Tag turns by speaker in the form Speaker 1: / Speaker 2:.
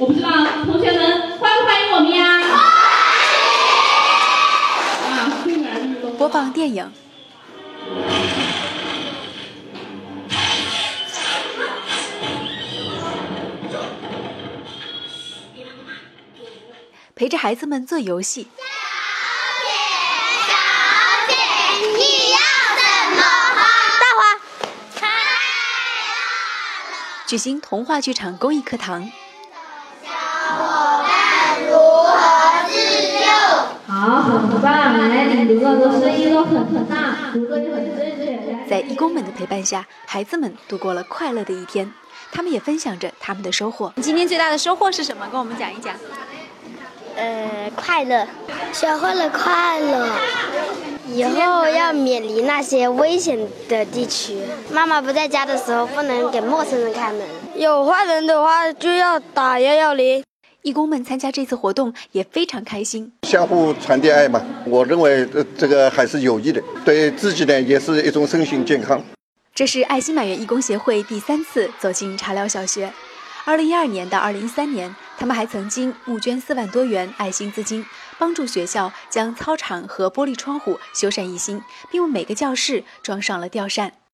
Speaker 1: 我不知道同学们欢不欢迎我们呀？啊，忽然日落。
Speaker 2: 播放电影，陪着孩子们做游戏，
Speaker 3: 你要什么花？
Speaker 2: 大花
Speaker 3: 太
Speaker 2: 举行童话剧场公益课堂，
Speaker 4: 好，啊很棒！来，你读乐的声音都很大，读的也很真实。来
Speaker 2: 在义工们的陪伴下，孩子们度过了快乐的一天。他们也分享着他们的收获。今天最大的收获是什么？跟我们讲一讲。
Speaker 3: 呃，快乐，学会了快乐，以后要远离那些危险的地区。妈妈不在家的时候，不能给陌生人开门。有坏人的话，就要打幺幺零。
Speaker 2: 义工们参加这次活动也非常开心。
Speaker 5: 相互传递爱嘛，我认为呃这个还是有益的，对自己呢也是一种身心健康。
Speaker 2: 这是爱心满园义工协会第三次走进茶寮小学。二零一二年到二零一三年，他们还曾经募捐四万多元爱心资金，帮助学校将操场和玻璃窗户修缮一新，并为每个教室装上了吊扇。